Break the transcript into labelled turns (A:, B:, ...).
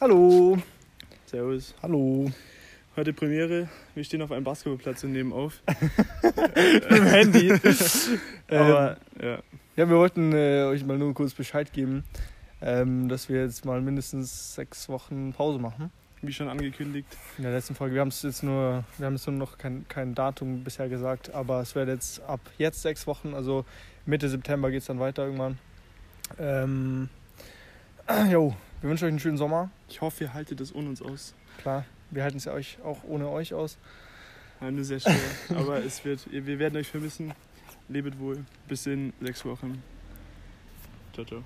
A: Hallo.
B: Servus.
A: Hallo.
B: Heute Premiere. Wir stehen auf einem Basketballplatz und nehmen auf.
A: Im Handy. ähm,
B: Aber ja,
A: ja, wir wollten äh, euch mal nur kurz Bescheid geben, ähm, dass wir jetzt mal mindestens sechs Wochen Pause machen.
B: wie schon angekündigt.
A: In der letzten Folge. Wir haben es jetzt nur, wir haben es nur noch kein, kein Datum bisher gesagt, aber es wird jetzt ab jetzt sechs Wochen, also Mitte September geht es dann weiter irgendwann. Ähm, jo, wir wünschen euch einen schönen Sommer.
B: Ich hoffe, ihr haltet es ohne uns aus.
A: Klar, wir halten es ja euch auch ohne euch aus.
B: Nein, nur sehr schwer. Aber es wird, ihr- wir werden euch vermissen. Lebet wohl. Bis in sechs Wochen. Ciao, ciao.